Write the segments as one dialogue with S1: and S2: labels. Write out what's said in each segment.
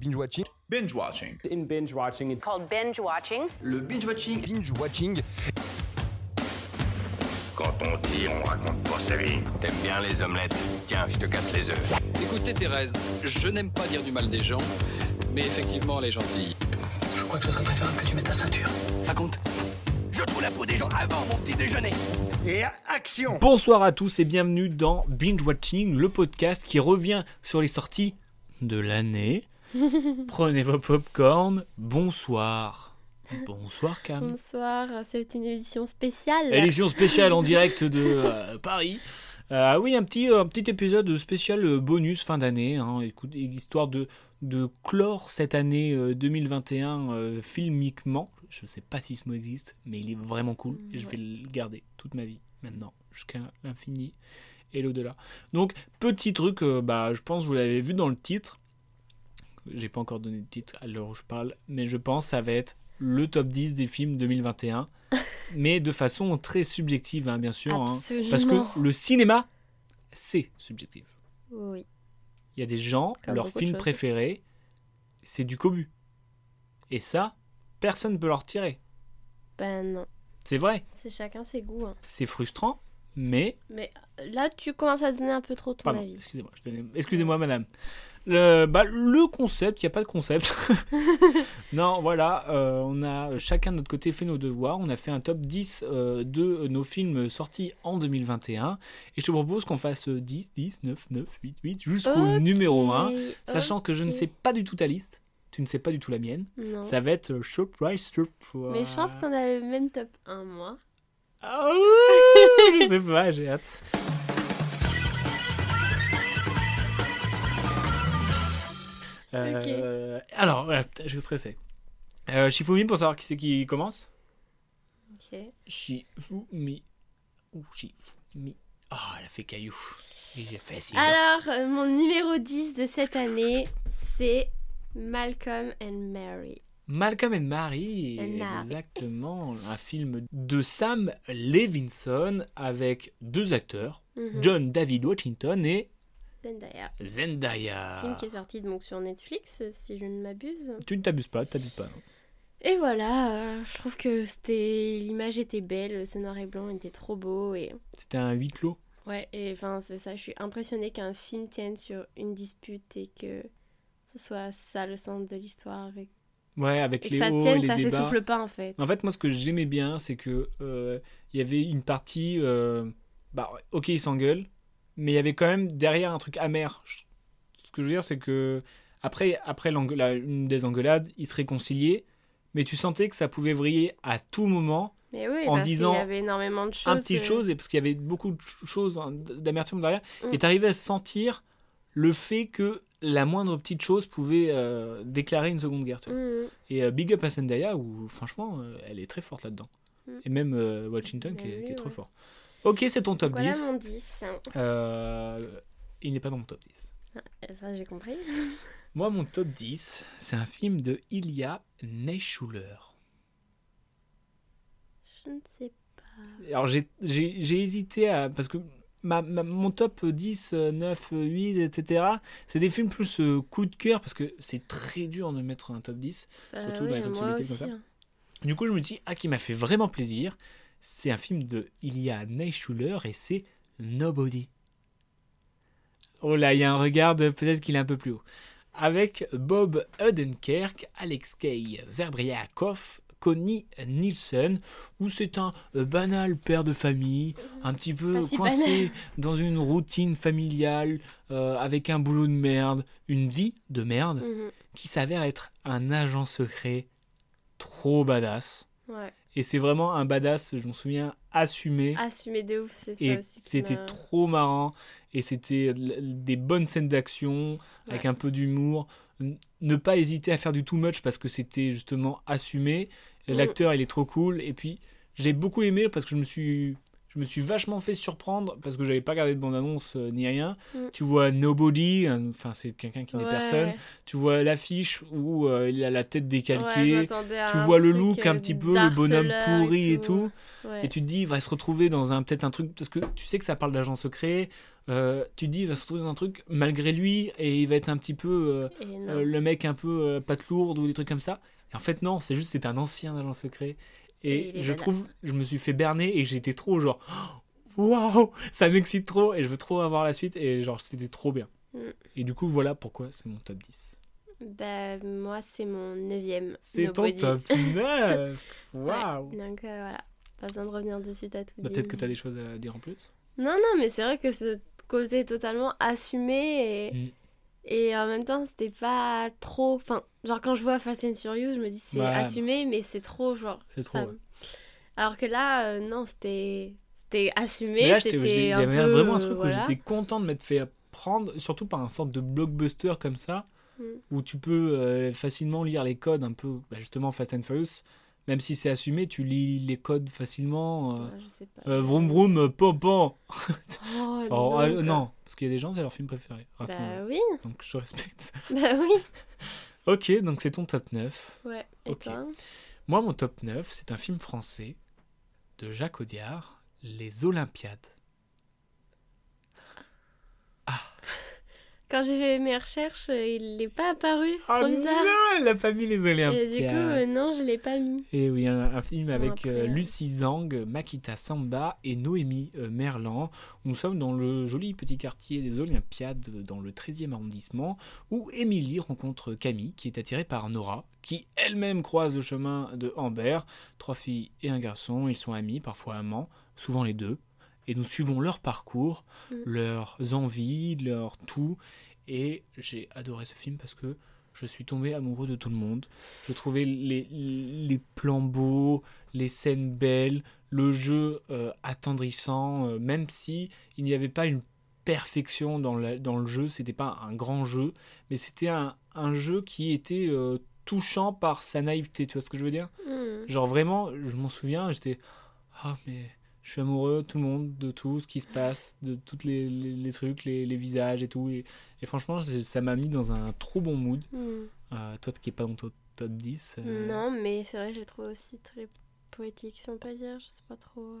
S1: binge watching.
S2: Binge watching.
S3: In binge watching, it's
S4: called binge watching.
S2: Le binge watching.
S1: Binge watching.
S5: Quand on dit, on raconte pas sa vie. T'aimes bien les omelettes Tiens, je te casse les œufs.
S6: Écoutez Thérèse, je n'aime pas dire du mal des gens, mais effectivement elle est gentille.
S7: Je crois que ce serait préférable que tu mettes ta ceinture.
S8: Raconte. Je trouve la peau des gens avant mon petit déjeuner.
S9: Et action
S10: Bonsoir à tous et bienvenue dans Binge Watching, le podcast qui revient sur les sorties de l'année. Prenez vos popcorn. Bonsoir. Bonsoir Cam.
S11: Bonsoir, c'est une édition spéciale.
S10: Édition spéciale en direct de euh, Paris. Euh, oui, un petit, un petit épisode spécial euh, bonus fin d'année, hein, écoute, histoire de, de clore cette année 2021 euh, filmiquement. Je sais pas si ce mot existe, mais il est vraiment cool et je vais le garder toute ma vie maintenant, jusqu'à l'infini et l'au-delà. Donc, petit truc, euh, bah, je pense que vous l'avez vu dans le titre. J'ai pas encore donné de titre à l'heure où je parle, mais je pense que ça va être le top 10 des films 2021, mais de façon très subjective, hein, bien sûr. Hein, parce que le cinéma, c'est subjectif.
S11: Oui.
S10: Il y a des gens,
S11: Comme
S10: leur
S11: beaucoup de
S10: film
S11: choses.
S10: préféré, c'est du cobu. Et ça, personne ne peut leur tirer.
S11: Ben non,
S10: C'est vrai,
S11: c'est chacun ses goûts. hein.
S10: c'est frustrant, mais
S11: Mais là, tu commences à donner un peu trop ton
S10: Pardon,
S11: avis.
S10: excusez-moi, je tenais- excusez-moi madame. Le, bah, le concept, il n'y a pas de concept. non, voilà, euh, on a chacun de notre côté fait nos devoirs. On a fait un top 10 euh, de nos films sortis en 2021. Et je te propose qu'on fasse euh, 10, 10, 9, 9, 8, 8, jusqu'au
S11: Ok, Oh,
S10: numéro 1. Sachant que je ne
S11: ok.
S10: sais pas du tout ta liste. Tu ne sais pas du tout la mienne.
S11: Non.
S10: Ça va être euh, surprise, surprise.
S11: Mais je pense qu'on a le même top 1, moi.
S10: Ah, je sais pas, j'ai hâte. Euh, Alors, ouais, putain, je suis stressé. Euh, Shifumi, pour savoir qui c'est qui commence
S11: Ok.
S10: Shifumi. Ou Shifumi. Oh, elle a fait caillou. Et j'ai fait si.
S11: Alors, euh, mon numéro 10 de cette année, c'est Malcolm and Mary.
S10: Malcolm and Mary,
S11: And Mary.
S10: exactement, un film de Sam Levinson avec deux acteurs,
S11: Mhm.
S10: John David Washington et
S11: Zendaya.
S10: Zendaya.
S11: Film qui est sorti donc sur Netflix, si je ne m'abuse.
S10: Tu ne t'abuses pas, t'abuses pas. non.
S11: Et voilà, euh, je trouve que c'était l'image était belle, ce noir et blanc était trop beau et
S10: C'était un huis clos.
S11: ouais et enfin c'est ça, je suis impressionnée qu'un film tienne sur une dispute et que ce soit ça le centre de l'histoire et,
S10: Ouais, avec
S11: et que
S10: les
S11: ça
S10: hauts et
S11: tienne,
S10: les
S11: ça
S10: débats.
S11: s'essouffle pas en fait.
S10: En fait, moi, ce que j'aimais bien, c'est que euh, il y avait une partie. euh, bah, ok, ils s'engueulent, mais il y avait quand même derrière un truc amer. Je- Ce que je veux dire, c'est que après, après l'engue- la- une des engueulades, ils se réconciliaient, mais tu sentais que ça pouvait vriller à tout moment.
S11: Mais oui,
S10: en
S11: parce qu'il y
S10: disant
S11: avait énormément de choses.
S10: un petit
S11: euh,
S10: chose, et parce qu'il y avait beaucoup de ch- choses hein, d'amertume derrière,
S11: Mm.
S10: et t'arrivais à sentir le fait que la moindre petite chose pouvait euh, déclarer une seconde guerre. tu vois.
S11: Mhm.
S10: Et euh, Big Up à Zendaya, où franchement, euh, elle est très forte là-dedans.
S11: Mm.
S10: Et même euh, Washington,
S11: Bah
S10: qui est,
S11: oui,
S10: qui est trop
S11: ouais.
S10: fort. Ok, c'est ton top
S11: Voilà
S10: 10.
S11: mon 10.
S10: Euh, il n'est pas dans mon top 10.
S11: Ah, Ça j'ai compris.
S10: Moi, mon top 10, c'est un film de Ilya Neischuler.
S11: Je ne sais pas.
S10: Alors, j'ai- j'ai j'ai hésité à. Parce que ma, ma- mon top 10, euh, 9, euh, 8, etc., c'est des films plus euh, coup de cœur, parce que c'est très dur de mettre un top 10. Surtout dans les
S11: moi
S10: obscurités comme
S11: aussi,
S10: ça.
S11: hein.
S10: Du coup, je me dis, ah, qui m'a fait vraiment plaisir, c'est un film de Ilya Neischuler et c'est Nobody. Oh là, il y a un regard, de- peut-être qu'il est un peu plus haut. Avec Bob Odenkirk, Alex Kay, Zerbriakov, Connie Nielsen, où c'est un euh, banal père de famille, un petit peu
S11: Pas si
S10: coincé
S11: banal.
S10: dans une routine familiale, euh, avec un boulot de merde, une vie de merde,
S11: Mhm.
S10: qui s'avère être un agent secret trop badass.
S11: Ouais.
S10: Et c'est vraiment un badass, je m'en souviens, assumé.
S11: Assumer de ouf, c'est Ah, ça
S10: et
S11: aussi. qui
S10: c'était
S11: m'a-
S10: trop marrant. Et c'était l- des bonnes scènes d'action, avec
S11: Ouais.
S10: un peu d'humour. N- Ne pas hésiter à faire du too much parce que c'était justement assumé.
S11: Mm.
S10: L'acteur, il est trop cool. Et puis, j'ai beaucoup aimé parce que je me suis. Je me suis vachement fait surprendre parce que j'avais pas regardé de bande-annonce euh, ni rien.
S11: Mm.
S10: Tu vois Nobody, un- enfin c'est quelqu'un qui n'est
S11: Ouais.
S10: personne. Tu vois l'affiche où euh, il a la tête
S11: Ouais, je
S10: décalquée.
S11: m'attendais à
S10: tu
S11: un
S10: vois le
S11: truc,
S10: look un
S11: euh,
S10: petit peu, le bonhomme
S11: d'harceleur
S10: pourri et tout.
S11: Ouais.
S10: Et tu te dis, il va se retrouver dans un peut-être un truc, parce que tu sais que ça parle d'agent secret, euh, tu te dis, il va se retrouver dans un truc malgré lui, et il va être un petit peu euh,
S11: Et non.
S10: euh, le mec un peu euh, patte lourde ou des trucs comme ça. Et en fait, non, c'est juste, c'est un ancien agent secret.
S11: Et
S10: Et,
S11: il est
S10: je
S11: badass.
S10: trouve, je me suis fait berner et j'étais trop genre, Oh, waouh, ça m'excite trop et je veux trop avoir la suite. Et genre, c'était trop bien.
S11: Mm.
S10: Et du coup, voilà pourquoi c'est mon top 10.
S11: Bah, moi, c'est mon neuvième.
S10: C'est ton
S11: Nobody.
S10: top 9. Waouh.
S11: Ouais, donc euh, voilà, pas besoin de revenir dessus, t'as tout
S10: Bah,
S11: dit.
S10: Peut-être que tu as des choses à dire en plus.
S11: Non, non, mais c'est vrai que ce côté est totalement assumé et,
S10: Mm.
S11: et en même temps, c'était pas trop. Enfin, genre quand je vois Fast and Furious, je me dis c'est
S10: Ouais.
S11: assumé, mais c'est trop, genre.
S10: C'est trop.
S11: ça-
S10: ouais.
S11: Alors que là, euh, non, c'était c'était
S10: Mais
S11: assumé.
S10: là,
S11: c'était
S10: j'étais- j'ai- il y
S11: un
S10: avait
S11: peu,
S10: vraiment un
S11: euh,
S10: truc
S11: voilà.
S10: où j'étais content de m'être fait prendre, surtout par un sorte de blockbuster comme ça,
S11: Mm.
S10: où tu peux euh, facilement lire les codes un peu, bah, justement Fast and Furious, même si c'est assumé, tu lis les codes facilement. euh,
S11: Ouais, je sais pas.
S10: euh, vroom vroom, euh, pom pom.
S11: Oh, mais
S10: Alors, ah,
S11: non, quoi.
S10: non, parce qu'il y a des gens, c'est leur film préféré.
S11: Bah
S10: raconte-moi.
S11: oui,
S10: Donc je respecte.
S11: bah oui.
S10: Ok, donc c'est ton top 9.
S11: Ouais, et
S10: Ok.
S11: toi
S10: Moi, mon top 9, c'est un film français de Jacques Audiard, Les Olympiades.
S11: Quand j'ai fait mes recherches, euh, il n'est pas apparu, c'est trop
S10: oh
S11: bizarre.
S10: non, elle n'a pas mis Les Olympiades.
S11: Et du coup, euh, non, je l'ai pas mis.
S10: Et oui, un, un film
S11: Bon,
S10: avec
S11: après,
S10: euh,
S11: euh,
S10: Lucie Zhang, Makita Samba et Noémie euh, Merlan. Nous sommes dans le joli petit quartier des Olympiades, euh, dans le 13e arrondissement, où Émilie rencontre Camille, qui est attirée par Nora, qui elle-même croise le chemin de Amber. Trois filles et un garçon, ils sont amis, parfois amants, souvent les deux. Et nous suivons leur parcours,
S11: Mm.
S10: leurs envies, leur tout. Et j'ai adoré ce film parce que je suis tombé amoureux de tout le monde. Je trouvais les, les plans beaux, les scènes belles, le jeu euh, attendrissant, euh, même si il n'y avait pas une perfection dans, la- dans le jeu, c'était pas un grand jeu, mais c'était un, un jeu qui était euh, touchant par sa naïveté, tu vois ce que je veux dire
S11: Hmm.
S10: Genre vraiment, je m'en souviens, j'étais ah mais je suis amoureux de tout le monde, de tout ce qui se passe, de tous les, les- les trucs, les, les visages et tout. Et, et franchement, c'est- ça m'a mis dans un trop bon mood.
S11: Hmm.
S10: Euh, toi qui est pas dans ton top 10. euh,
S11: Non, mais c'est vrai que je l'ai trouvé aussi très poétique, si on peut dire. Je sais pas trop. euh.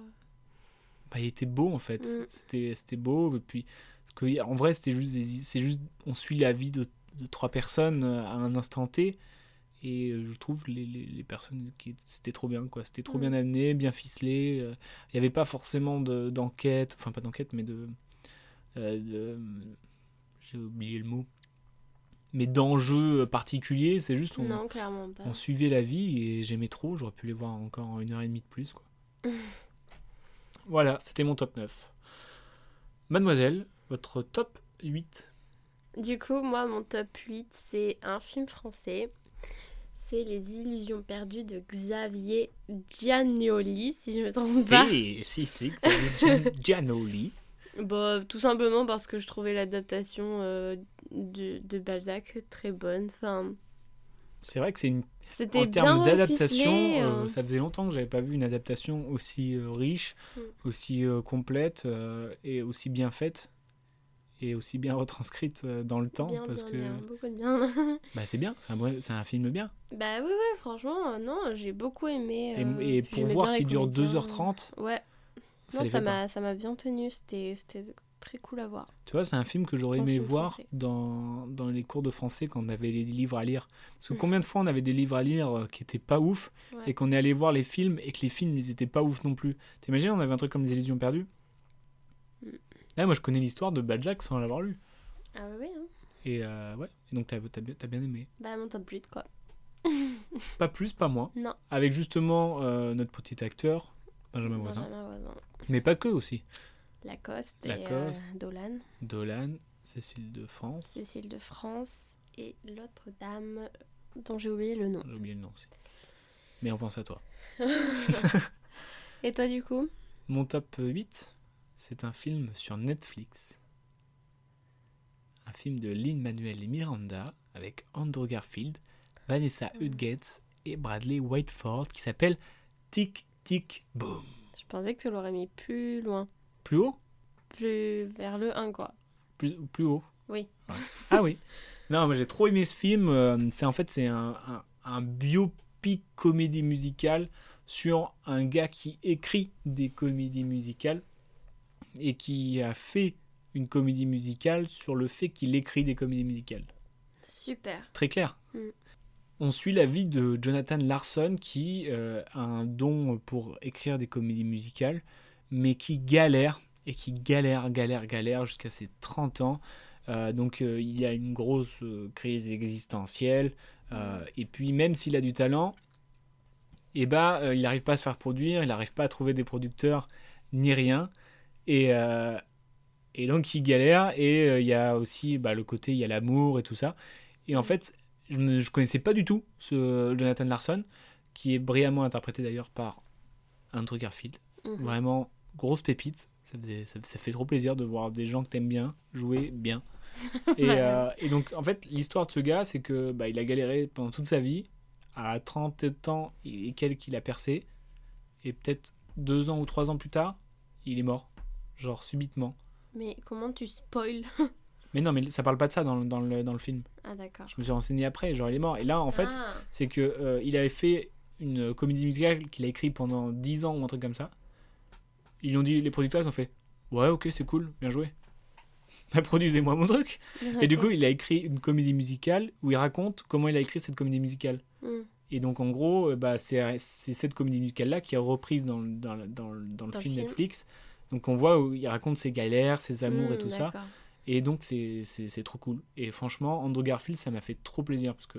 S10: bah, il était beau en fait.
S11: Mm.
S10: C'était, c'était beau. Et puis, parce que, en vrai, c'était juste, des, c'est juste, on suit la vie de, de trois personnes euh, à un instant T. Et euh, je trouve les, les, les personnes qui c'était trop bien quoi, c'était trop
S11: Mm.
S10: bien amené, bien ficelé. euh, Il n'y avait pas forcément de, d'enquête, enfin pas d'enquête, mais de, euh, de- j'ai oublié le mot, mais d'enjeux particuliers. C'est juste on,
S11: Non, clairement pas.
S10: on suivait la vie et j'aimais trop. J'aurais pu les voir encore une heure et demie de plus. Quoi. voilà, c'était mon top 9. Mademoiselle, votre top 8.
S11: Du coup, moi, mon top 8, c'est un film français. C'est Les Illusions perdues de Xavier Giannoli, si je me trompe pas.
S10: Et si, si, Xavier Gian- Giannoli.
S11: Bah, tout simplement parce que je trouvais l'adaptation euh, de, de Balzac très bonne. Enfin,
S10: C'est vrai que c'est une.
S11: c'était
S10: En
S11: bien
S10: termes d'adaptation,
S11: ficelé,
S10: euh,
S11: euh.
S10: ça faisait longtemps que j'avais pas vu une adaptation aussi euh, riche,
S11: Mm.
S10: aussi euh, complète euh, et aussi bien faite et aussi bien retranscrite euh, dans le temps
S11: Bien,
S10: parce
S11: bien,
S10: que
S11: bien, beaucoup de bien.
S10: Bah, c'est bien, c'est un, bon- c'est un film bien.
S11: bah oui, ouais, franchement, euh, non, j'ai beaucoup aimé.
S10: Et-
S11: euh,
S10: Et, pour
S11: j'aimais
S10: voir
S11: bien les
S10: qu'il dure
S11: comédiens.
S10: 2h30,
S11: Ouais,
S10: ça
S11: non,
S10: les
S11: ça
S10: fait pas.
S11: m'a ça m'a bien tenu, c'était c'était très cool à voir.
S10: Tu vois, c'est un film que j'aurais
S11: Bon
S10: aimé
S11: film
S10: voir
S11: français.
S10: dans, dans les cours de français quand on avait les livres à lire. Parce que combien de fois on avait des livres à lire euh, qui étaient pas ouf
S11: Mmh. Ouais.
S10: et qu'on est allé voir les films et que les films ils étaient pas ouf non plus. T'imagines, on avait un truc comme Les Illusions perdues
S11: Mm.
S10: Là, moi je connais l'histoire de Bad Jack sans l'avoir lu.
S11: Ah bah oui, hein.
S10: Et euh, ouais, et donc t'as t'as bien t'as bien aimé.
S11: bah mon top 8 quoi.
S10: Pas plus, pas moins.
S11: Non.
S10: Avec justement euh, notre petit acteur, Benjamin
S11: Benjamin
S10: Voisin.
S11: Voisin.
S10: Mais pas que aussi.
S11: Lacoste,
S10: Lacoste.
S11: et euh, Dolan,
S10: Dolan, Cécile de France.
S11: Cécile de France et l'autre dame dont j'ai oublié le nom.
S10: J'ai oublié le nom aussi. Mais on pense à toi.
S11: Et toi du coup
S10: Mon top 8, c'est un film sur Netflix. Un film de Lin-Manuel Miranda avec Andrew Garfield, Vanessa Hudgens et Bradley Whiteford qui s'appelle Tic Tic Boom.
S11: Je pensais que tu l'aurais mis plus loin.
S10: Plus haut
S11: Plus vers le 1, quoi.
S10: plus, plus haut.
S11: Oui.
S10: Ouais. Ah oui. Non, mais j'ai trop aimé ce film. Euh, C'est en fait c'est un, un, un biopic comédie musicale sur un gars qui écrit des comédies musicales et qui a fait une comédie musicale sur le fait qu'il écrit des comédies musicales.
S11: Super.
S10: Très clair.
S11: Mm.
S10: On suit la vie de Jonathan Larson qui euh, a un don pour écrire des comédies musicales, mais qui galère et qui galère, galère, galère jusqu'à ses 30 ans. Euh, donc euh, il a une grosse euh, crise existentielle. euh, et puis même s'il a du talent, eh ben, euh, il n'arrive pas à se faire produire, il n'arrive pas à trouver des producteurs ni rien. Et, euh, et donc il galère. Et euh, il y a aussi bah, le côté, il y a l'amour et tout ça. Et en fait, je ne je connaissais pas du tout ce Jonathan Larson, qui est brillamment interprété d'ailleurs par Andrew Garfield.
S11: Mhm.
S10: Vraiment grosse pépite. Ça, faisait- ça- ça fait trop plaisir de voir des gens que t'aimes bien jouer bien. Et, euh, et donc, en fait, l'histoire de ce gars, c'est que bah, il a galéré pendant toute sa vie. À 30 ans et quelques, il a percé. Et peut-être deux ans ou trois ans plus tard, il est mort. Genre subitement.
S11: Mais comment tu spoil
S10: Mais non, mais ça parle pas de ça dans, le- dans le, dans le film.
S11: Ah, d'accord.
S10: Je me suis renseigné après, genre il est mort. Et là, en fait,
S11: Ah,
S10: c'est que euh, il avait fait une comédie musicale qu'il a écrite pendant 10 ans ou un truc comme ça. Ils lui ont dit, les producteurs ils ont fait Ouais, ok, c'est cool, bien joué. Bah, Produisez-moi mon truc. Et du coup, il a écrit une comédie musicale où il raconte comment il a écrit cette comédie musicale.
S11: Hmm.
S10: Et donc, en gros, euh, bah, c'est c'est cette comédie musicale-là qui est reprise dans, le- dans, le- dans le- dans le
S11: Dans le
S10: film
S11: film.
S10: Netflix. Donc, on voit où il raconte ses galères, ses amours et
S11: Hmm,
S10: tout ça.
S11: d'accord.
S10: Et donc, c'est- c'est c'est trop cool. Et franchement, Andrew Garfield, ça m'a fait trop plaisir parce que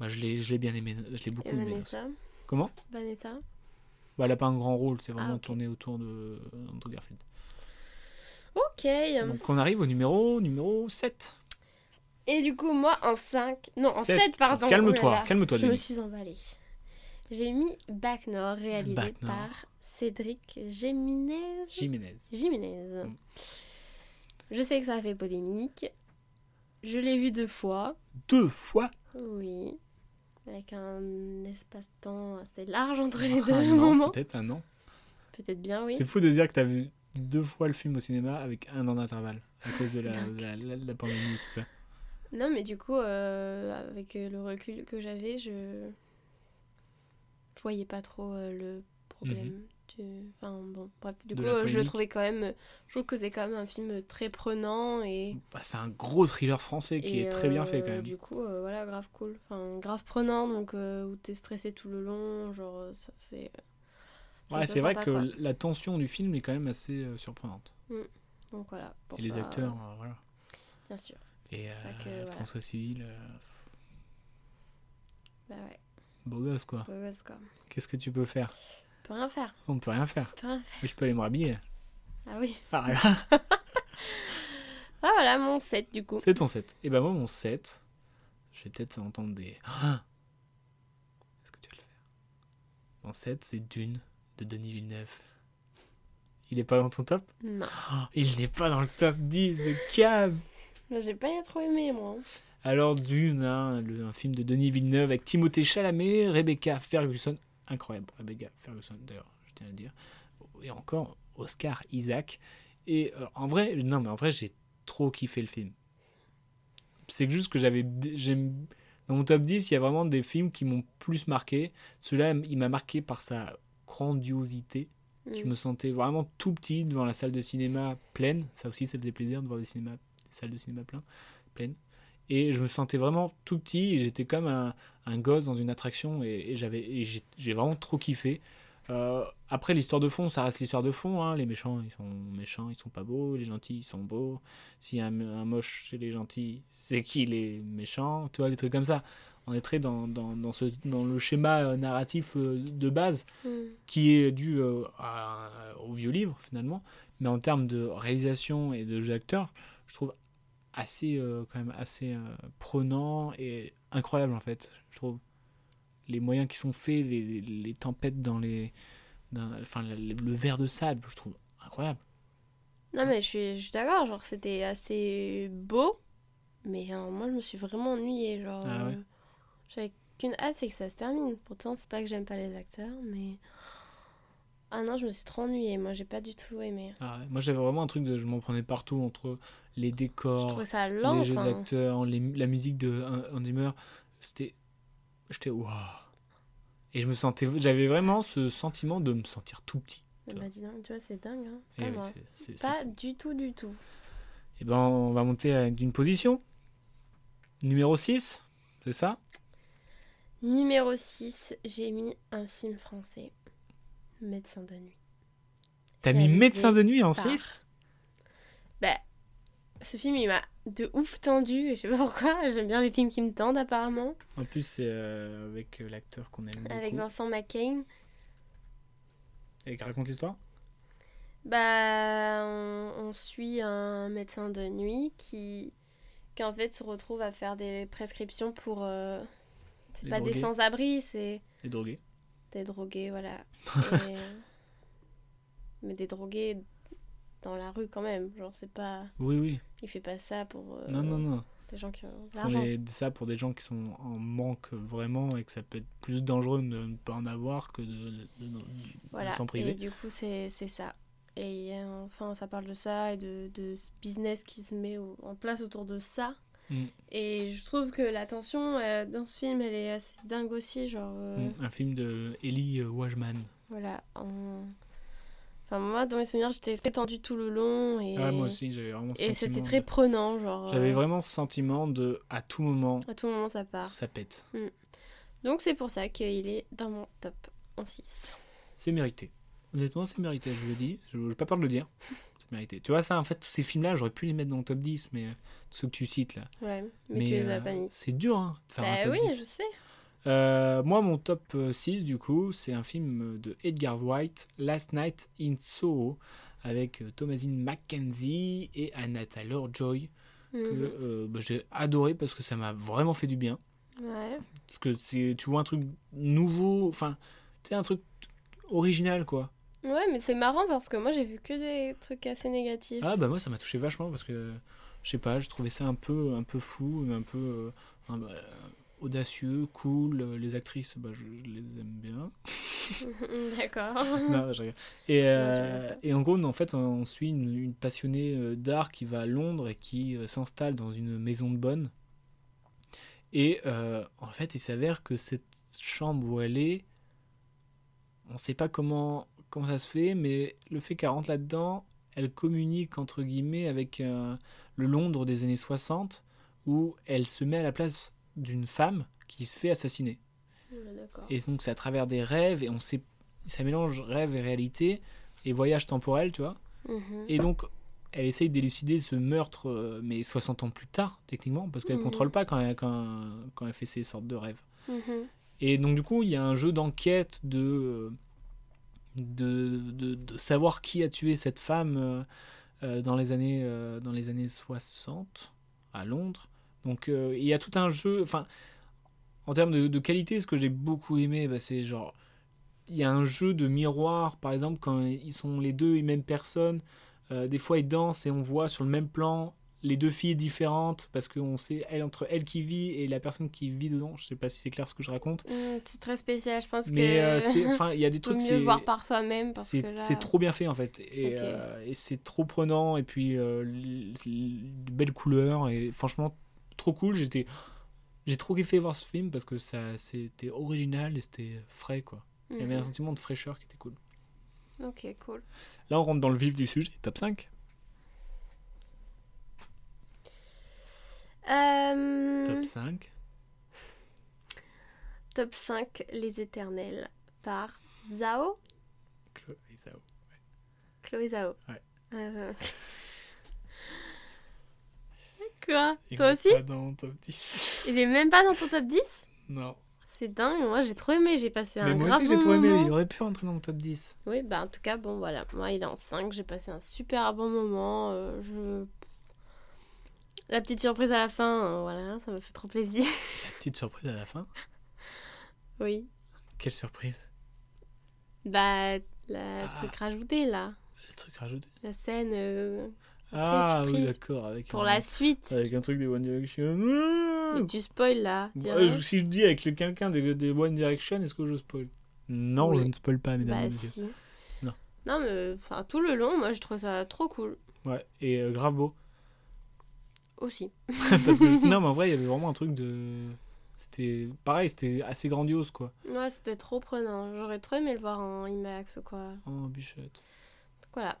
S10: bah, je l'ai je l'ai bien aimé, je l'ai beaucoup
S11: Et
S10: aimé.
S11: Vanessa
S10: Comment
S11: Vanessa
S10: Bah, Elle a pas un grand rôle, c'est vraiment
S11: Ah, ok.
S10: tourné autour de Andrew Garfield.
S11: Ok.
S10: Donc, on arrive au numéro, numéro 7.
S11: Et du coup, moi, en 5... Non, en
S10: Sept.
S11: 7, pardon.
S10: Calme-toi,
S11: Oh là là.
S10: calme-toi,
S11: Je me
S10: Denis.
S11: suis emballée. J'ai mis Bac Nord, réalisé
S10: Bac Nord.
S11: par Cédric Géminez.
S10: Jiménez.
S11: Jiménez.
S10: Mm.
S11: Je sais que ça a fait polémique. Je l'ai vu deux fois.
S10: Deux fois
S11: Oui. Avec un espace-temps assez large entre les deux
S10: un an,
S11: moments.
S10: Ah, peut-être un an.
S11: Peut-être bien, oui.
S10: C'est fou de dire que t'as vu deux fois le film au cinéma avec un an d'intervalle à cause de la, la, la- la pandémie et tout ça.
S11: Non, mais du coup, euh, avec euh, le recul que j'avais, je... je voyais pas trop euh, le problème. du- Enfin, bon, bref. Du
S10: Mhm. De
S11: coup,
S10: la
S11: euh, je le
S10: polémique.
S11: trouvais quand même. Je trouve que c'est quand même un film très prenant et.
S10: Bah, c'est un gros thriller français qui
S11: Et,
S10: est très bien
S11: euh,
S10: fait quand même.
S11: Du coup, euh, voilà, grave cool. Enfin, grave prenant, donc euh, où t'es stressé tout le long. Genre, euh, ça, c'est. ça,
S10: Ouais,
S11: ça
S10: c'est vrai
S11: sympa,
S10: que
S11: quoi.
S10: la tension du film est quand même assez euh, surprenante.
S11: Donc voilà. Pour
S10: Et les
S11: ça,
S10: acteurs, euh, voilà.
S11: Bien sûr.
S10: Et
S11: pour ça
S10: euh,
S11: que, voilà.
S10: François Civil, euh,
S11: Bah ouais,
S10: beau gosse quoi.
S11: beau gosse, quoi.
S10: Qu'est-ce que tu peux faire
S11: On peut rien faire.
S10: On ne peut rien faire.
S11: on peut rien faire.
S10: Mais je peux aller me rhabiller.
S11: Ah oui.
S10: Ah, là,
S11: Ah voilà, mon set, du coup.
S10: c'est ton 7. Et ben moi, mon 7, je vais peut-être entendre des. Ah Est-ce que tu vas le faire Mon 7, c'est Dune de Denis Villeneuve. Il est pas dans ton top
S11: Non.
S10: Oh, Il n'est pas dans le top 10 de Cave
S11: Mais J'ai pas trop aimé, moi.
S10: Alors Dune, hein, le- un film de Denis Villeneuve avec Timothée Chalamet, Rebecca Ferguson, incroyable, Rebecca Ferguson d'ailleurs, je tiens à le dire, et encore Oscar Isaac. Et euh, en vrai, non mais en vrai j'ai trop kiffé le film. C'est juste que j'avais, j'aime, dans mon top 10, il y a vraiment des films qui m'ont plus marqué. Celui-là, il m'a marqué par sa grandiosité. Je
S11: Mm.
S10: me sentais vraiment tout petit devant la salle de cinéma pleine. Ça aussi, ça faisait plaisir de voir des, cinémas, des salles de cinéma plein, pleines. Et je me sentais vraiment tout petit. et J'étais comme un, un gosse dans une attraction et, et j'avais, et j'ai, j'ai vraiment trop kiffé. Euh, après, l'histoire de fond, ça reste l'histoire de fond. hein. Les méchants, ils sont méchants, ils sont pas beaux. Les gentils, ils sont beaux. Si un, un moche chez les gentils, c'est qui les méchants Tu vois, les trucs comme ça. On est très dans, dans, dans ce, dans le schéma euh, narratif euh, de base
S11: Mm.
S10: qui est dû euh, à- au vieux livre finalement, mais en termes de réalisation et de jeu d'acteur, je trouve assez euh, quand même assez euh, prenant et incroyable en fait. Je trouve les moyens qui sont faits, les, les- les tempêtes dans les, dans- enfin le, le verre de sable, je trouve incroyable.
S11: Non, mais je suis, je suis d'accord, genre, c'était assez beau. Mais euh, moi, je me suis vraiment ennuyée, genre.
S10: Ah ouais
S11: euh, J'avais qu'une hâte, c'est que ça se termine. Pourtant, c'est pas que j'aime pas les acteurs, mais. Ah non, je me suis trop ennuyée. Moi, j'ai pas du tout aimé.
S10: Ah ouais, Moi, j'avais vraiment un truc de. Je m'en prenais partout entre les
S11: Je
S10: décors,
S11: trouvais ça lent.
S10: les jeux
S11: enfin.
S10: d'acteurs, les- la musique de Han- Hans Zimmer. C'était. J'étais. Waouh Et je me sentais. J'avais vraiment ce sentiment de me sentir tout petit.
S11: Ah Bah, dis donc, tu vois, c'est dingue. Hein.
S10: Et
S11: Pas
S10: oui,
S11: moi.
S10: Eh c'est- c'est- c'est
S11: Pas
S10: fou.
S11: du tout, du tout.
S10: Eh ben, on va monter à- d'une position. Numéro 6, c'est ça
S11: Numéro 6, j'ai mis un film français. Médecin de nuit.
S10: T'as mis
S11: Réalisé
S10: Médecin de nuit en
S11: par-
S10: 6
S11: Bah, ce film, il m'a de ouf tendu. Je sais pas pourquoi. J'aime bien les films qui me tendent, apparemment.
S10: En plus, c'est euh, avec euh, l'acteur qu'on aime beaucoup.
S11: Avec Vincent McCain.
S10: Et qui raconte l'histoire
S11: Bah, on, on suit un médecin de nuit qui, qui en fait se retrouve à faire des prescriptions pour. euh, c'est
S10: Les
S11: pas des
S10: drogués.
S11: sans-abri, c'est
S10: Les drogués.
S11: des drogués, voilà. Et, euh, mais des drogués dans la rue quand même. Genre, c'est pas.
S10: Oui, oui.
S11: Il fait pas ça pour euh,
S10: non, non, non.
S11: des gens qui ont de
S10: Pour
S11: l'argent.
S10: les- ça pour des gens qui sont en manque euh, vraiment et que ça peut être plus dangereux de ne pas en avoir que de, de- de- de
S11: Voilà.
S10: s'en
S11: Et
S10: priver.
S11: du coup, c'est c'est ça. Et euh, enfin, ça parle de ça et de, de ce business qui se met au- en place autour de ça.
S10: Mm.
S11: Et je trouve que la tension euh, dans ce film, elle est assez dingue aussi. Genre, euh,
S10: Mm, Un film de Ellie euh, Wajman.
S11: voilà. en- Enfin, moi, dans mes souvenirs, j'étais très tendue tout le long. Et,
S10: Ah, moi aussi, j'avais vraiment ce
S11: Et
S10: sentiment
S11: c'était
S10: de-
S11: très prenant. Genre,
S10: J'avais
S11: euh, Ah.
S10: vraiment ce sentiment de, à tout moment,
S11: À tout moment, ça part.
S10: ça pète.
S11: Donc, c'est pour ça qu'il est dans mon top en 6.
S10: C'est mérité. Honnêtement, c'est mérité, je le dis. Je n'ai pas peur de le dire. C'est mérité. Tu vois, ça, en fait, tous ces films-là, j'aurais pu les mettre dans le top 10, mais euh, ceux que tu cites, là.
S11: Ouais, mais, tu les
S10: euh,
S11: as pas mis.
S10: C'est dur, hein, de faire un
S11: Bah
S10: top
S11: oui,
S10: 10.
S11: je sais.
S10: Euh, moi, mon top euh, 6, du coup, c'est un film de Edgar White, Last Night in Soho, avec euh, Thomasine McKenzie et Anna Taylor-Joy, que
S11: Mhm.
S10: euh, bah, j'ai adoré parce que ça m'a vraiment fait du bien.
S11: Ouais.
S10: Parce que c'est- tu vois un truc nouveau, enfin, tu sais, un truc original, quoi.
S11: Ouais, mais c'est marrant parce que moi j'ai vu que des trucs assez négatifs.
S10: Ah bah moi ça m'a touché vachement parce que je sais pas, je trouvais ça un peu un peu fou, un peu euh, un- euh, audacieux, cool. Euh, Les actrices, bah je, je les aime bien.
S11: D'accord.
S10: Non, je rigole. et, euh,
S11: tu l'aimes pas.
S10: et en gros, en fait, on suit une, une passionnée euh, d'art qui va à Londres et qui euh, s'installe dans une maison de bonne. Et euh, en fait, il s'avère que cette chambre où elle est, on ne sait pas comment, comment ça se fait, mais le fait qu'elle rentre là-dedans, elle communique entre guillemets avec euh, le Londres des années 60, où elle se met à la place d'une femme qui se fait assassiner.
S11: Ouais, D'accord.
S10: Et donc c'est à travers des rêves et on sait, ça mélange rêve et réalité et voyage temporel, tu vois.
S11: Mhm.
S10: Et donc elle essaye d'élucider ce meurtre, euh, mais 60 ans plus tard, techniquement, parce qu'elle
S11: Mhm.
S10: contrôle pas quand elle, quand, quand elle fait ces sortes de rêves.
S11: Mhm.
S10: Et donc du coup, il y a un jeu d'enquête de, de, de, de savoir qui a tué cette femme euh, euh, dans, les années, euh, dans les années 60 à Londres. Donc euh, il y a tout un jeu, enfin, en termes de, de qualité, ce que j'ai beaucoup aimé, bah, c'est genre, il y a un jeu de miroir, par exemple, quand ils sont les deux et même personne, euh, des fois ils dansent et on voit sur le même plan les deux filles différentes parce qu'on sait elle entre elle qui vit et la personne qui vit dedans je sais pas si c'est clair ce que je raconte
S11: Mm, C'est très spécial, je pense
S10: mais euh,
S11: que.
S10: c'est- enfin, il y a des
S11: Vaut
S10: trucs.
S11: mieux
S10: c'est-
S11: voir par soi-même parce que
S10: C'est
S11: là.
S10: c'est trop bien fait en fait. Et,
S11: Ok.
S10: euh, et c'est trop prenant. Et puis, euh, l- l- de belles couleurs. Et franchement, trop cool. J'étais. J'ai trop kiffé voir ce film parce que ça c'était original et c'était frais quoi. Il y avait un
S11: Mhm.
S10: sentiment de fraîcheur qui était cool.
S11: Ok, cool.
S10: Là on rentre dans le vif du sujet, top 5.
S11: Euh,
S10: Top 5.
S11: top 5, Les Éternels par Zao.
S10: Chloé Zhao.
S11: Chloé Zao.
S10: Ouais.
S11: Euh, Quoi
S10: Il
S11: Toi
S10: est
S11: aussi
S10: Pas dans mon top 10.
S11: Il est même pas dans ton top 10
S10: non.
S11: C'est dingue, moi j'ai trop aimé, j'ai passé un
S10: Mais moi
S11: grave
S10: aussi j'ai
S11: bon
S10: trop aimé.
S11: moment.
S10: Il aurait pu rentrer dans mon top 10.
S11: Oui, bah en tout cas, bon voilà, moi il est en 5, j'ai passé un super bon moment. euh, je... La petite surprise à la fin, euh, voilà, ça me fait trop plaisir.
S10: Petite surprise à la fin.
S11: oui,
S10: Quelle surprise.
S11: bah la- le
S10: Ah.
S11: truc rajouté là,
S10: Le truc rajouté.
S11: la scène euh,
S10: Ah oui,
S11: surprise.
S10: d'accord. Avec
S11: pour
S10: un-
S11: la suite.
S10: Avec un truc des One Direction.
S11: Mais tu spoil là,
S10: Bah,
S11: direct.
S10: euh, si je dis avec le- quelqu'un des, des One Direction, est-ce que je spoil Non,
S11: Oui.
S10: je ne spoil pas, mesdames
S11: Bah
S10: et messieurs.
S11: si.
S10: Non.
S11: Non, mais enfin, tout le long, moi, je trouve ça trop cool
S10: Ouais, et euh, grave beau.
S11: aussi.
S10: Parce que, non, mais en vrai, il y avait vraiment un truc de. C'était pareil, c'était assez grandiose quoi.
S11: Ouais, c'était trop prenant. J'aurais trop aimé le voir en IMAX ou quoi. Donc,
S10: Oh, bichette.
S11: voilà,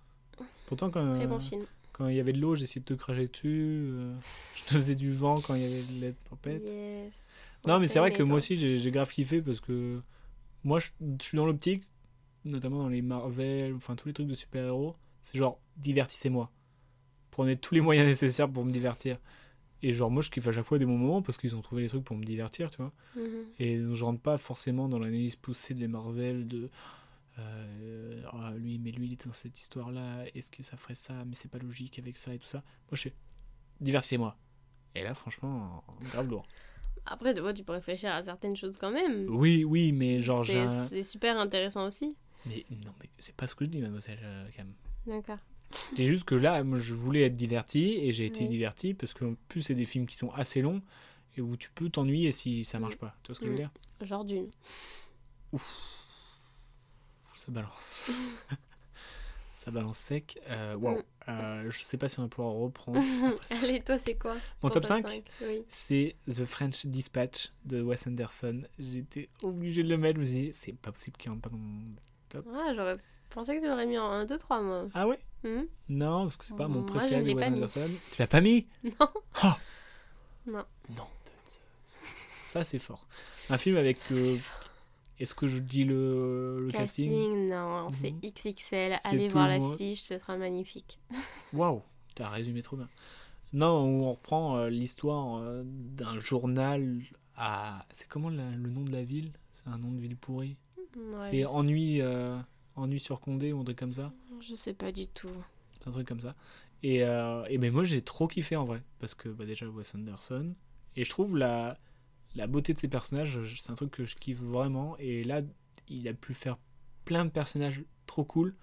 S10: Pourtant, quand,
S11: très
S10: euh,
S11: bon film.
S10: quand il y avait de l'eau, j'essayais de te cracher dessus. euh, je te faisais du vent quand il y avait de la tempête.
S11: Yes.
S10: Non, mais c'est vrai
S11: Aimé,
S10: que moi
S11: toi.
S10: aussi, j'ai j'ai grave kiffé parce que moi, je, je suis dans l'optique, notamment dans les Marvel, enfin tous les trucs de super-héros, c'est genre divertissez-moi. Prenez tous les moyens nécessaires pour me divertir. Et genre, moi, je kiffe à chaque fois des bons moments parce qu'ils ont trouvé les trucs pour me divertir, tu vois.
S11: Mhm.
S10: Et je rentre pas forcément dans l'analyse poussée des Marvel de. euh, Ah, lui, mais lui, il est dans cette histoire-là, est-ce que ça ferait ça, mais c'est pas logique avec ça et tout ça. Moi, je sais, divertissez-moi. Et là, franchement, grave lourd.
S11: Après, de fois, tu peux réfléchir à certaines choses quand même.
S10: Oui, oui, mais genre, j'ai
S11: C'est
S10: un-
S11: c'est super intéressant aussi.
S10: Mais non, mais c'est pas ce que je dis, mademoiselle euh, Cam.
S11: D'accord.
S10: C'est juste que là, moi, je voulais être diverti et j'ai été
S11: Oui.
S10: diverti parce qu'en plus, c'est des films qui sont assez longs et où tu peux t'ennuyer si ça marche pas. Tu vois ce que je veux
S11: Mm.
S10: dire
S11: Genre d'une.
S10: Ça balance. ça balance sec. Euh, Waouh.
S11: Mm.
S10: Euh, je sais pas si on va pouvoir reprendre. après ça.
S11: Allez, toi, c'est quoi
S10: Mon
S11: ton
S10: top 5?
S11: Oui.
S10: C'est The French Dispatch de Wes Anderson. J'étais obligé de le mettre. Je me suis dit, c'est pas possible qu'il rentre pas dans mon.
S11: Ah, j'aurais pensé que tu l'aurais mis en 1, 2, 3, moi.
S10: Ah ouais
S11: Mhm.
S10: Non, parce que c'est pas mon
S11: Moi, je
S10: préféré de
S11: l'ai
S10: Wes
S11: pas mis.
S10: Anderson. Tu l'as pas mis
S11: Non.
S10: Ah.
S11: Non.
S10: Non. Ça, c'est fort. Un film avec. euh, Est-ce que je dis le, le
S11: Casting,
S10: casting
S11: non, c'est
S10: Mhm.
S11: XXL.
S10: C'est
S11: Allez
S10: tout
S11: voir
S10: le
S11: la
S10: monde.
S11: fiche, ce sera magnifique.
S10: Waouh T'as résumé trop bien. Non, où on reprend euh, l'histoire euh, d'un journal à. C'est comment la- le nom de la ville C'est un nom de ville pourrie
S11: Ouais,
S10: C'est
S11: je, sais-
S10: Ennui, euh, Ennui sur Condé ou un truc comme ça
S11: je sais pas du tout.
S10: C'est un truc comme ça. Et, euh, et ben moi j'ai trop kiffé en vrai, parce que bah, déjà Wes Anderson, et je trouve la, la beauté de ses personnages, je- c'est un truc que je kiffe vraiment, et là il a pu faire plein de personnages trop cool.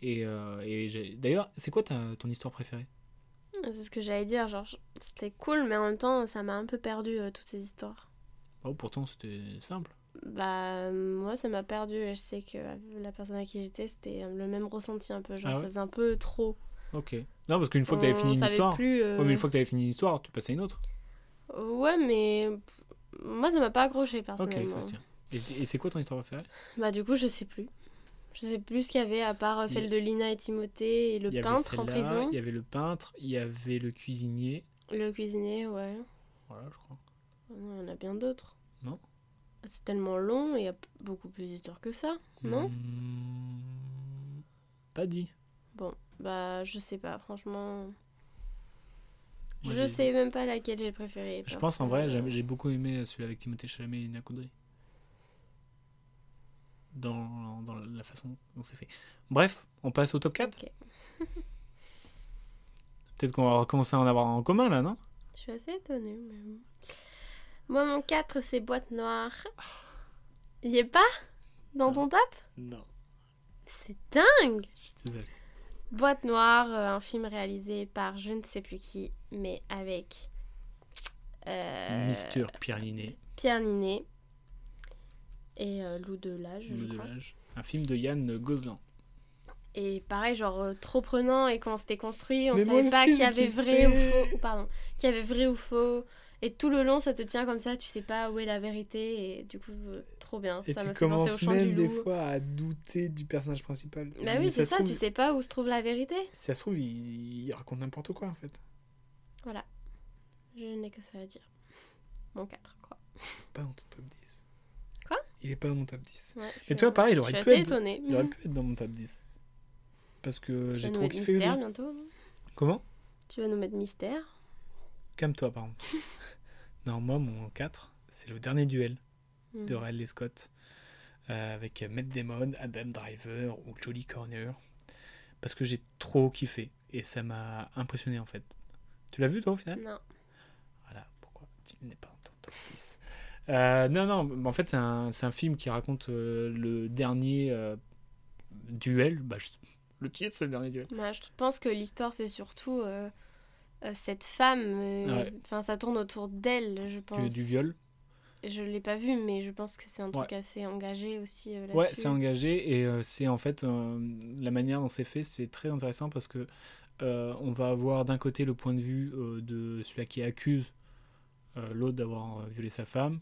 S10: Et, euh, et j'ai- d'ailleurs, c'est quoi ta, ton histoire préférée
S11: C'est ce que j'allais dire, genre je- c'était cool, mais en même temps ça m'a un peu perdu euh, toutes ces histoires.
S10: oh, Pourtant c'était simple.
S11: Bah moi ça m'a perdu et je sais que euh, la personne à qui j'étais c'était euh, le même ressenti un peu, genre
S10: Ah ouais
S11: ça faisait un peu trop.
S10: Ok. Non, parce qu'une fois que t'avais
S11: On
S10: fini une
S11: savait
S10: histoire,
S11: plus, euh,
S10: Ouais, mais une fois que t'avais fini une histoire, tu passais à une autre.
S11: Ouais, mais pff, moi, ça m'a pas accroché
S10: Ok,
S11: personnellement.
S10: ça se tient. Et, et c'est quoi ton histoire préférée
S11: bah, du coup, je sais plus. Je sais plus ce qu'il y avait à part euh,
S10: Il-
S11: celle de Lina et Timothée et le
S10: Il y avait
S11: peintre en
S10: celle-là,
S11: prison.
S10: Il y avait le peintre, il y avait le cuisinier.
S11: Le cuisinier, ouais.
S10: Voilà, je crois.
S11: Il y en a bien d'autres. Ah,
S10: Non.
S11: C'est tellement long et il y a p- beaucoup plus d'histoires que ça,
S10: Mhm.
S11: non
S10: Hmm, Pas dit.
S11: Bon, bah, je sais pas, franchement.
S10: Moi,
S11: je
S10: j'ai-
S11: sais même pas laquelle j'ai préférée.
S10: Je
S11: parce
S10: pense en
S11: que- euh,
S10: vrai, j'aime- j'ai beaucoup aimé celui avec Timothée Chalamet et Lina Coudry. Dans, dans la façon dont c'est fait. Bref, on passe au top 4.
S11: Ok.
S10: Peut-être qu'on va commencer à en avoir en commun là, non
S11: Je suis assez étonnée, mais bon. Moi, mon 4, c'est boîte noire. Il y est pas Dans ton top
S10: Non.
S11: C'est dingue
S10: Je suis désolé.
S11: Boîte Noire, euh, un film réalisé par je ne sais plus qui, mais avec euh,
S10: Mister Pierre Linet,
S11: Pierre Ninet et euh, Lou Delage, je
S10: Loup de
S11: crois.
S10: l'âge. Un film de Yann Gozlan.
S11: Et pareil, genre euh, trop prenant et comment c'était construit, on
S10: Mais moi
S11: savait pas
S10: aussi,
S11: qu'il y
S10: j'ai
S11: avait
S10: kiffé.
S11: vrai ou faux, ou pardon, qu'il y avait vrai ou faux. Et tout le long, ça te tient comme ça, tu sais pas où est la vérité, et du coup, euh, trop bien. ça m'a fait penser au chant du loup.
S10: fois à douter du personnage principal.
S11: Bah oui, c'est ça, tu sais pas où se trouve la vérité.
S10: ça se trouve, il, raconte n'importe quoi en fait.
S11: Voilà. Je n'ai que ça à dire. Mon 4, quoi.
S10: Pas dans ton top 10.
S11: Quoi
S10: Il est pas dans mon top 10.
S11: Ouais, je
S10: Et
S11: suis-
S10: toi, pareil, il
S11: je
S10: aurait
S11: suis
S10: pu
S11: assez
S10: être-
S11: étonnée.
S10: Il aurait pu être dans mon top 10. Parce que
S11: Tu vas
S10: j'ai
S11: Mm. nous
S10: trop
S11: mettre
S10: kiffé.
S11: mystère
S10: aussi.
S11: bientôt. hein.
S10: Comment
S11: Tu vas nous mettre mystère.
S10: Calme-toi, par contre. non, moi, mon 4, c'est le dernier duel
S11: Hmm.
S10: de Ridley Scott. euh, avec Matt Damon, Adam Driver ou Jodie Corner. Parce que j'ai trop kiffé. Et ça m'a impressionné, en fait. Tu l'as vu, toi, au final
S11: Non.
S10: Voilà, pourquoi tu n'es pas dans ton top 10. Euh, non, non, mais en fait, c'est un, c'est un film qui raconte euh, le dernier euh, duel. Bah, je- Le titre, c'est le dernier duel.
S11: Moi, Bah, je pense que l'histoire, c'est surtout euh, euh, cette femme. euh,
S10: Ouais.
S11: Enfin, ça tourne autour d'elle, je pense.
S10: Du, du viol.
S11: je l'ai pas vu, mais je pense que c'est un truc assez engagé aussi. euh,
S10: Ouais,
S11: là-dessus.
S10: c'est engagé et euh, c'est en fait euh, la manière dont c'est fait, c'est très intéressant parce que euh, on va avoir d'un côté le point de vue euh, de celui qui accuse euh, l'autre d'avoir euh, violé sa femme,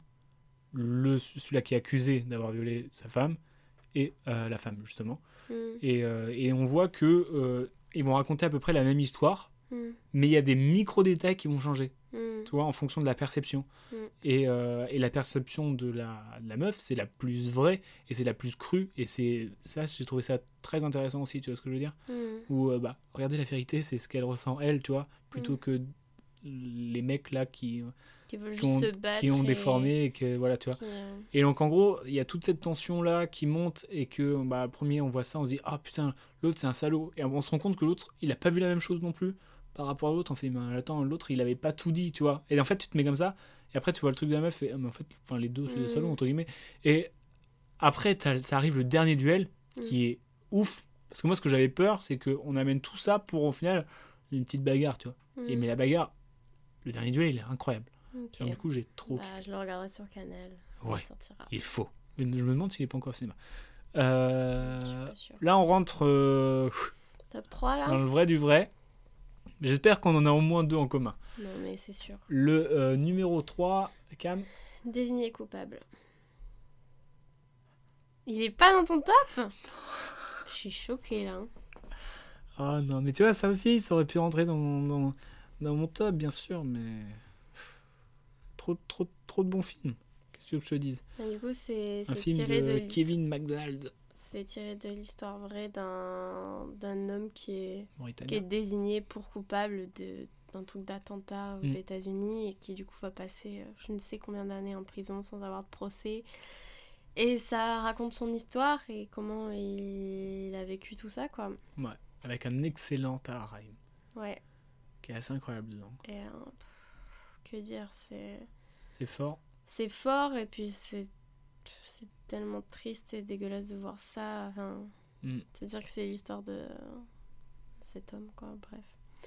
S10: le celui qui est accusé d'avoir violé sa femme et euh, la femme justement.
S11: Mm,
S10: Et, euh, et on voit que euh, ils vont raconter à peu près la même histoire,
S11: mm,
S10: mais il y a des micro détails qui vont changer
S11: mm.
S10: tu vois, en fonction de la perception.
S11: Mm.
S10: Et, euh, et la perception de la, de la meuf, c'est la plus vraie et c'est la plus crue. Et c'est ça, j'ai trouvé ça très intéressant aussi, tu vois ce que je veux dire
S11: Mm.
S10: Ou euh, bah, regardez la vérité, c'est ce qu'elle ressent elle, tu vois, plutôt
S11: Mm.
S10: que les mecs là qui,
S11: Qui veulent
S10: qui
S11: juste
S10: ont,
S11: se battre.
S10: qui ont
S11: et-
S10: déformé et que voilà, tu vois.
S11: qui, euh,
S10: Et donc en gros, il y a toute cette tension là qui monte et que bah le premier on voit ça, on se dit ah putain, l'autre c'est un salaud et on se rend compte que l'autre, il a pas vu la même chose non plus par rapport à l'autre, on fait mais attends, l'autre il avait pas tout dit, tu vois. Et en fait, tu te mets comme ça et après tu vois le truc de la meuf et Ah, mais en fait, enfin les deux c'est des
S11: Mm.
S10: salauds entre guillemets et après t'as- ça arrive le dernier duel
S11: Mm.
S10: qui est ouf parce que moi ce que j'avais peur, c'est que on amène tout ça pour au final une petite bagarre, tu vois. Et
S11: mm,
S10: mais la bagarre le dernier duel, il est incroyable.
S11: ok.
S10: Et donc, du coup, j'ai trop
S11: Bah,
S10: kiffé.
S11: je le regarderai sur Canal.
S10: Ouais.
S11: Il sortira.
S10: Il faut. Je me demande s'il est pas encore au cinéma. Euh,
S11: Je suis pas sûre.
S10: Là, on rentre euh,
S11: Top 3 là
S10: dans le vrai du vrai. J'espère qu'on en a au moins deux en commun.
S11: Non, mais c'est sûr.
S10: Le euh, numéro 3, Cam.
S11: Désigné coupable. Il est pas dans ton top Je suis choquée là. hein.
S10: Ah non, mais tu vois, ça aussi, ça aurait pu rentrer dans mon, dans, dans mon top, bien sûr, mais. Trop, trop, trop de bons films. Qu'est-ce que tu veux que je te dise
S11: Mais du coup, c'est
S10: Un
S11: c'est
S10: film
S11: tiré de,
S10: de,
S11: l'hist-
S10: Kevin McDonald,
S11: c'est tiré de l'histoire vraie d'un d'un homme qui est, qui est
S10: mauritanien.
S11: désigné pour coupable de- d'un truc d'attentat aux
S10: Mm.
S11: États-Unis et qui du coup va passer euh, je ne sais combien d'années en prison sans avoir de procès. Et ça raconte son histoire et comment il a vécu tout ça quoi.
S10: Avec un excellent Tahar Rahim,
S11: Ouais.
S10: qui est assez incroyable dedans.
S11: Et euh, pff, que dire, c'est
S10: C'est fort.
S11: c'est fort et puis c'est c'est tellement triste et dégueulasse de voir ça. Enfin,
S10: Mm.
S11: C'est-à-dire que c'est l'histoire de cet homme, quoi. Bref.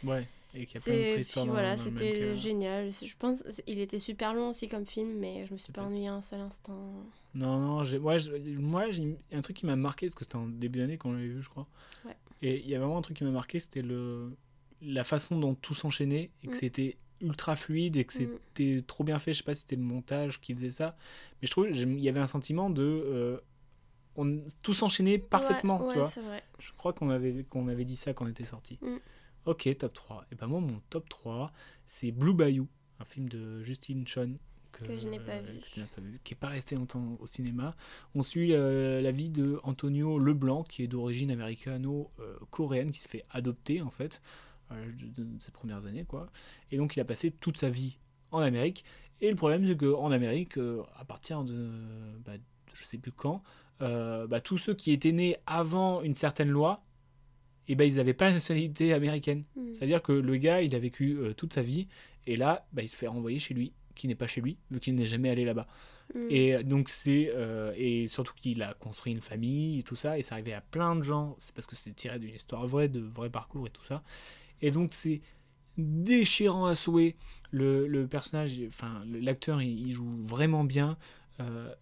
S10: Ouais. Et qu'il y a plein
S11: C'est-
S10: d'autres
S11: puis
S10: histoires dans-
S11: voilà,
S10: dans le même
S11: c'était
S10: cas.
S11: génial. C'est- Je pense, c'est- il était super long aussi comme film, mais je me suis pas
S10: Peut-être.
S11: ennuyée un seul instant.
S10: Non, non, j'ai- ouais, je- moi, j'ai un truc qui m'a marqué, parce que c'était en début d'année quand on l'avait vu, je crois.
S11: Ouais.
S10: Et il y a vraiment un truc qui m'a marqué, c'était le... la façon dont tout s'enchaînait, et que
S11: Mm.
S10: c'était ultra fluide, et que
S11: Mm.
S10: c'était trop bien fait. Je sais pas si c'était le montage qui faisait ça, mais je trouvais j'aime- il y avait un sentiment de. euh, on, tout s'enchaînait parfaitement,
S11: Ouais,
S10: tu
S11: ouais,
S10: vois.
S11: c'est vrai.
S10: Je crois qu'on avait, qu'on avait dit ça quand on était sorti.
S11: Mm.
S10: Ok, top 3. Et ben moi, mon top 3, c'est Blue Bayou, un film de Justine Chon.
S11: Que je n'ai pas vu.
S10: que tu n'as pas vu, qui n'est pas resté longtemps au cinéma. On suit euh, la vie de Antonio Leblanc, qui est d'origine américano-coréenne, qui s'est fait adopter, en fait, euh, de de ses premières années, quoi. Et donc, il a passé toute sa vie en Amérique. Et le problème, c'est qu'en Amérique, euh, à partir de, bah, de je sais plus quand, euh, bah, tous ceux qui étaient nés avant une certaine loi, et ben ils n'avaient pas la nationalité américaine.
S11: Mm.
S10: C'est-à-dire que le gars, il a vécu euh, toute sa vie, et là, bah, il se fait renvoyer chez lui, qui n'est pas chez lui, vu qu'il n'est jamais allé là-bas.
S11: Mm.
S10: Et donc c'est euh, et surtout qu'il a construit une famille et tout ça et ça arrivait à plein de gens. C'est parce que c'est tiré d'une histoire vraie, de vrai parcours et tout ça. Et donc c'est déchirant à souhait. Le, le personnage, enfin le- l'acteur, il, il joue vraiment bien. Euh,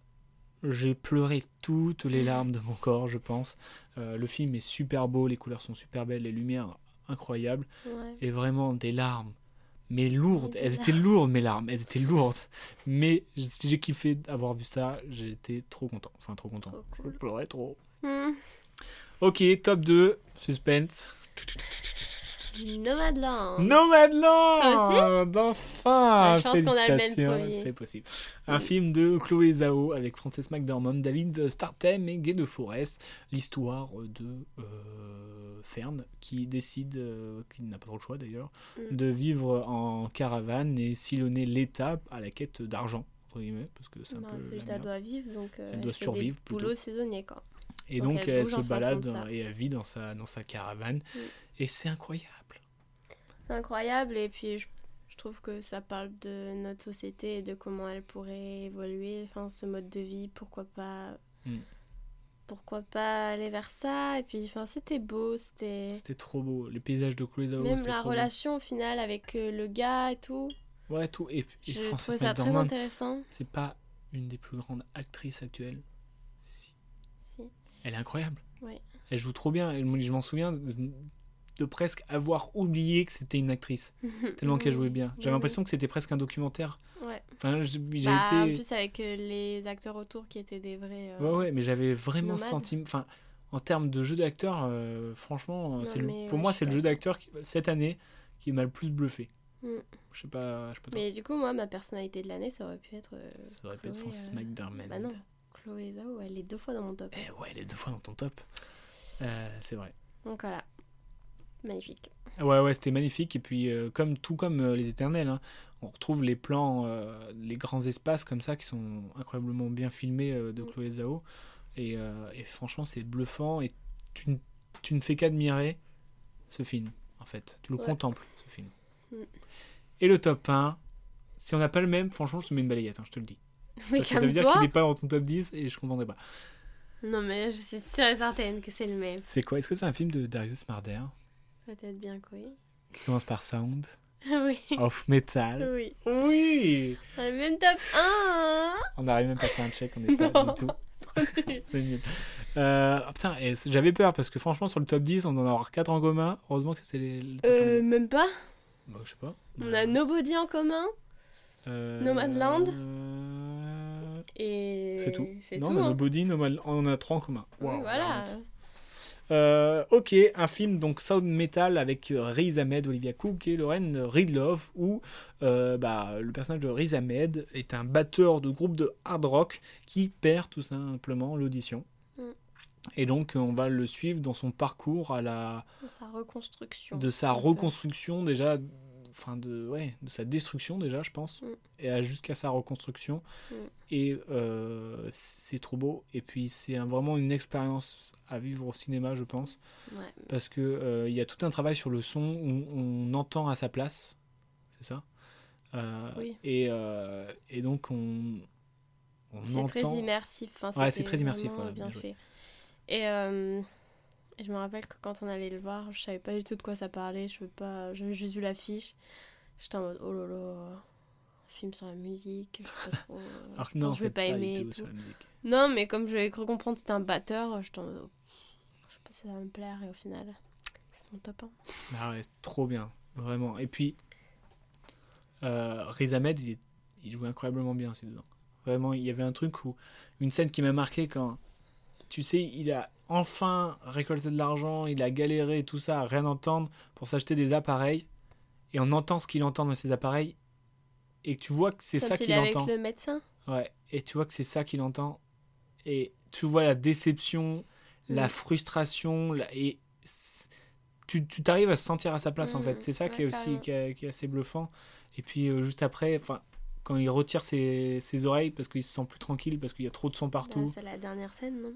S10: j'ai pleuré toutes les larmes de mon corps, je pense. Euh, le film est super beau, les couleurs sont super belles, les lumières incroyables
S11: Ouais.
S10: et vraiment des larmes, mais lourdes.
S11: Mais des
S10: Elles étaient lourdes, mes larmes. Elles étaient lourdes. Mais j- j'ai kiffé d'avoir vu ça. J'étais trop content. Enfin, trop content.
S11: Trop
S10: Je
S11: cool.
S10: pleurais trop.
S11: Mm.
S10: Ok, top 2. Suspense.
S11: Nomadland. Toi
S10: Nomadland
S11: Ah,
S10: D'enfin
S11: je pense qu'on a le même
S10: Félicitations,
S11: premier.
S10: c'est possible. Un film de Chloé Zhao avec Frances McDormand, David Startem et Guy de Forest. L'histoire de euh, Fern qui décide, euh, qui n'a pas trop le choix d'ailleurs,
S11: Mm.
S10: de vivre en caravane et sillonner l'État à la quête d'argent, entre guillemets, parce que c'est un
S11: Non,
S10: peu.
S11: c'est
S10: la
S11: juste elle
S10: merde.
S11: doit vivre, donc euh,
S10: Elle doit
S11: fait des
S10: survivre, plutôt.
S11: Boulot saisonnier quoi.
S10: Et
S11: Donc,
S10: donc,
S11: elle
S10: elle,
S11: bouge en
S10: se
S11: fonction de
S10: balade
S11: ça. Mm.
S10: et elle vit dans sa, dans sa caravane.
S11: Oui.
S10: Et c'est incroyable.
S11: C'est incroyable et puis je, je trouve que ça parle de notre société et de comment elle pourrait évoluer, enfin ce mode de vie, pourquoi pas
S10: Mm.
S11: pourquoi pas aller vers ça et puis enfin c'était beau, c'était
S10: C'était trop beau. Les paysages de Chloé Zhao.
S11: même
S10: c'était
S11: la
S10: trop beau.
S11: relation au final avec euh, le gars et tout,
S10: Ouais, tout. Et, et
S11: je
S10: Frances
S11: trouve ça très
S10: McDormand,
S11: intéressant.
S10: c'est pas une des plus grandes actrices actuelles. Si.
S11: Si.
S10: Elle est incroyable.
S11: Ouais.
S10: Elle joue trop bien. Elle- Je m'en souviens de, de presque avoir oublié que c'était une actrice. Tellement qu'elle jouait bien.
S11: Oui,
S10: J'avais l'impression que c'était presque un documentaire.
S11: Mmh. Ouais.
S10: Enfin, j- j'ai
S11: Bah, En
S10: été.
S11: plus, avec euh, les acteurs autour qui étaient des vrais. euh,
S10: Ouais, ouais, mais j'avais vraiment ce
S11: nomade.
S10: sentiment. Enfin, en termes de jeu d'acteur, euh, franchement,
S11: Non,
S10: c'est le-
S11: mais
S10: pour
S11: ouais,
S10: moi,
S11: je suis
S10: c'est le jeu
S11: d'accord.
S10: d'acteur qui- cette année qui m'a le plus bluffé.
S11: Mm.
S10: Je sais pas. Je sais pas
S11: Mais du coup, moi, ma personnalité de l'année, ça aurait pu être. euh,
S10: Ça aurait pu être
S11: Chloé,
S10: Francis
S11: euh,
S10: McDormand.
S11: Bah non, Chloé Zhao, elle est deux fois dans mon top.
S10: Eh ouais, elle est deux fois dans ton top. Euh, c'est vrai.
S11: Donc voilà. Magnifique.
S10: Ouais, ouais, c'était magnifique. Et puis, euh, comme tout comme euh, les éternels, hein, on retrouve les plans, euh, les grands espaces comme ça qui sont incroyablement bien filmés euh, de
S11: Mm.
S10: Chloé Zhao. Et, euh, et franchement, c'est bluffant. Et tu, n- tu ne fais qu'admirer ce film, en fait. Tu le
S11: Ouais.
S10: contemples, ce film.
S11: Mm.
S10: Et le top 1, si on n'a pas le même, franchement, je te mets une balayette, hein, je te le dis.
S11: Mais
S10: Parce que ça veut
S11: comme
S10: dire
S11: toi.
S10: qu'il n'est pas dans ton top 10 et je comprendrais pas.
S11: Non, mais je suis sûre et certaine que c'est le même.
S10: C'est quoi Est-ce que c'est un film de Darius Marder
S11: Peut-être bien que oui.
S10: qui commence par Sound Ah
S11: oui.
S10: Off Metal.
S11: Oui.
S10: Oui
S11: Dans le même top hein.
S10: On
S11: 1
S10: n'arrive même pas sur un check, on n'est pas
S11: Non.
S10: du tout. C'est nul. Euh, oh putain, et c'est- j'avais peur parce que franchement, sur le top 10, on en a avoir 4 en commun. Heureusement que c'est les. le top
S11: Euh,
S10: un.
S11: même pas.
S10: Bah, je sais pas.
S11: On a Nobody en commun
S10: Euh,
S11: Nomadland.
S10: euh,
S11: et.
S10: C'est tout.
S11: C'est
S10: non,
S11: tout.
S10: on a
S11: hein.
S10: Nobody, Nomad- on en a 3 en commun.
S11: Oui,
S10: Waouh, la
S11: voilà.
S10: honte. Euh, ok, un film donc Sound Metal avec euh, Riz Ahmed, Olivia Cook et Lauren Ridloff où euh, bah, le personnage de Riz Ahmed est un batteur de groupe de hard rock qui perd tout simplement l'audition.
S11: Mm.
S10: Et donc euh, on va le suivre dans son parcours à la
S11: Sa reconstruction.
S10: de sa
S11: Un peu.
S10: reconstruction déjà, enfin de ouais de sa destruction déjà je pense
S11: Mm.
S10: et à- jusqu'à sa reconstruction
S11: Mm.
S10: et euh, c'est trop beau et puis c'est un- vraiment une expérience à vivre au cinéma je pense
S11: Ouais.
S10: parce que euh, il y a tout un travail sur le son où on entend à sa place, c'est ça Euh,
S11: Oui.
S10: et, euh, et donc on, on
S11: C'est
S10: entend.
S11: très immersif. Enfin,
S10: Ouais,
S11: c'était
S10: c'est très immersif,
S11: vraiment
S10: voilà, bien
S11: bien
S10: joué.
S11: fait. Et euh, et je me rappelle que quand on allait le voir, je savais pas du tout de quoi ça parlait. Je veux pas. J'avais juste vu l'affiche. J'étais en mode oh là là, film sur la musique. Je sais pas trop. euh,
S10: Alors
S11: je
S10: que non,
S11: pense que je vais
S10: c'est
S11: pas
S10: du
S11: aimer et
S10: tout
S11: tout.
S10: sur la musique.
S11: Non, mais comme je l'avais cru comprendre, c'était un batteur. J'étais en mode oh, je sais pas si ça va me plaire. Et au final, c'est mon top 1.
S10: Ah ouais, c'est trop bien, vraiment. Et puis euh, Riz Ahmed, il, est- il joue incroyablement bien aussi dedans. Vraiment, il y avait un truc où une scène qui m'a marqué quand tu sais, il a enfin récolté de l'argent, il a galéré et tout ça, à rien entendre pour s'acheter des appareils. Et on entend ce qu'il entend dans ses appareils. Et tu vois que c'est ça
S11: Quand il
S10: qu'il
S11: est avec
S10: entend.
S11: le médecin.
S10: Ouais. Et tu vois que c'est ça qu'il entend. Et tu vois la déception, la
S11: Mm.
S10: frustration. la- Et c'est- tu tu t'arrives à se sentir à sa place en
S11: Mm,
S10: fait. C'est ça
S11: ouais,
S10: qui est aussi
S11: carrément.
S10: qui est, qui est assez bluffant. Et puis euh, juste après, enfin, quand il retire ses, ses oreilles parce qu'il se sent plus tranquille, parce qu'il y a trop de son
S11: Là,
S10: partout.
S11: C'est la dernière scène, non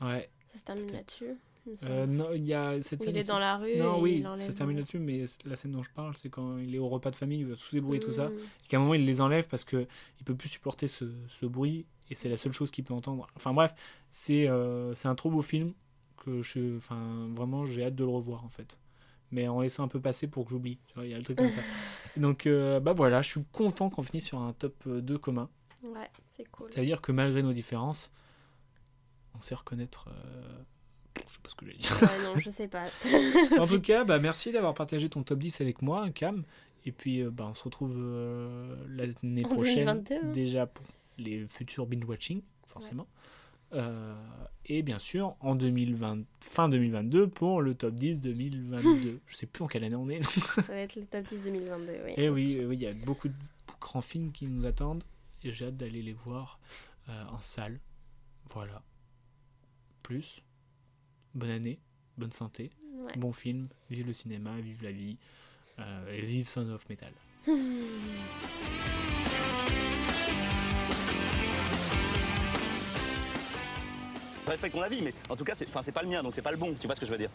S11: Bah,
S10: Ouais.
S11: Ça se termine
S10: Peut-être.
S11: là-dessus. il me semble.
S10: Euh, non, il y a cette
S11: Où
S10: scène.
S11: il est dans la rue.
S10: Non,
S11: et
S10: oui,
S11: il
S10: ça
S11: enlève
S10: se termine
S11: le-
S10: là-dessus, mais la scène dont je parle, c'est quand il est au repas de famille, il va tous débrouiller tout ça.
S11: Mm.
S10: Et qu'à un moment, il les enlève parce que il peut plus supporter ce, ce bruit et c'est la seule chose qu'il peut entendre. Enfin bref, c'est euh, c'est un trop beau film que je, enfin vraiment, j'ai hâte de le revoir en fait. Mais en laissant un peu passer pour que j'oublie. Tu vois, il y a le truc comme ça. Donc euh, bah voilà, je suis content qu'on finisse sur un top 2 commun.
S11: Ouais, c'est cool.
S10: Ça veut dire que malgré nos différences, on sait reconnaître. euh, Je sais pas ce que j'allais dire.
S11: Ouais, non, je sais pas.
S10: En tout cas, bah, merci d'avoir partagé ton top 10 avec moi, Cam. Et puis, euh, bah, on se retrouve euh, l'année
S11: En
S10: prochaine,
S11: 2022, hein.
S10: déjà pour les futurs binge-watching, forcément. Euh, et bien sûr, en 2020, fin 2022, pour le top 10 2022. Je sais plus en quelle année on est.
S11: ça va être le top 10 2022, oui.
S10: Eh oui, eh oui, il y a beaucoup de grands films qui nous attendent et j'ai hâte d'aller les voir euh, en salle. Voilà. Plus, bonne année, bonne santé,
S11: Ouais.
S10: bon film, vive le cinéma, vive la vie, euh, et vive Sound of Metal.
S1: Je respecte ton avis, mais en tout cas, c'est enfin, c'est pas le mien, donc c'est pas le bon. Tu vois ce que je veux dire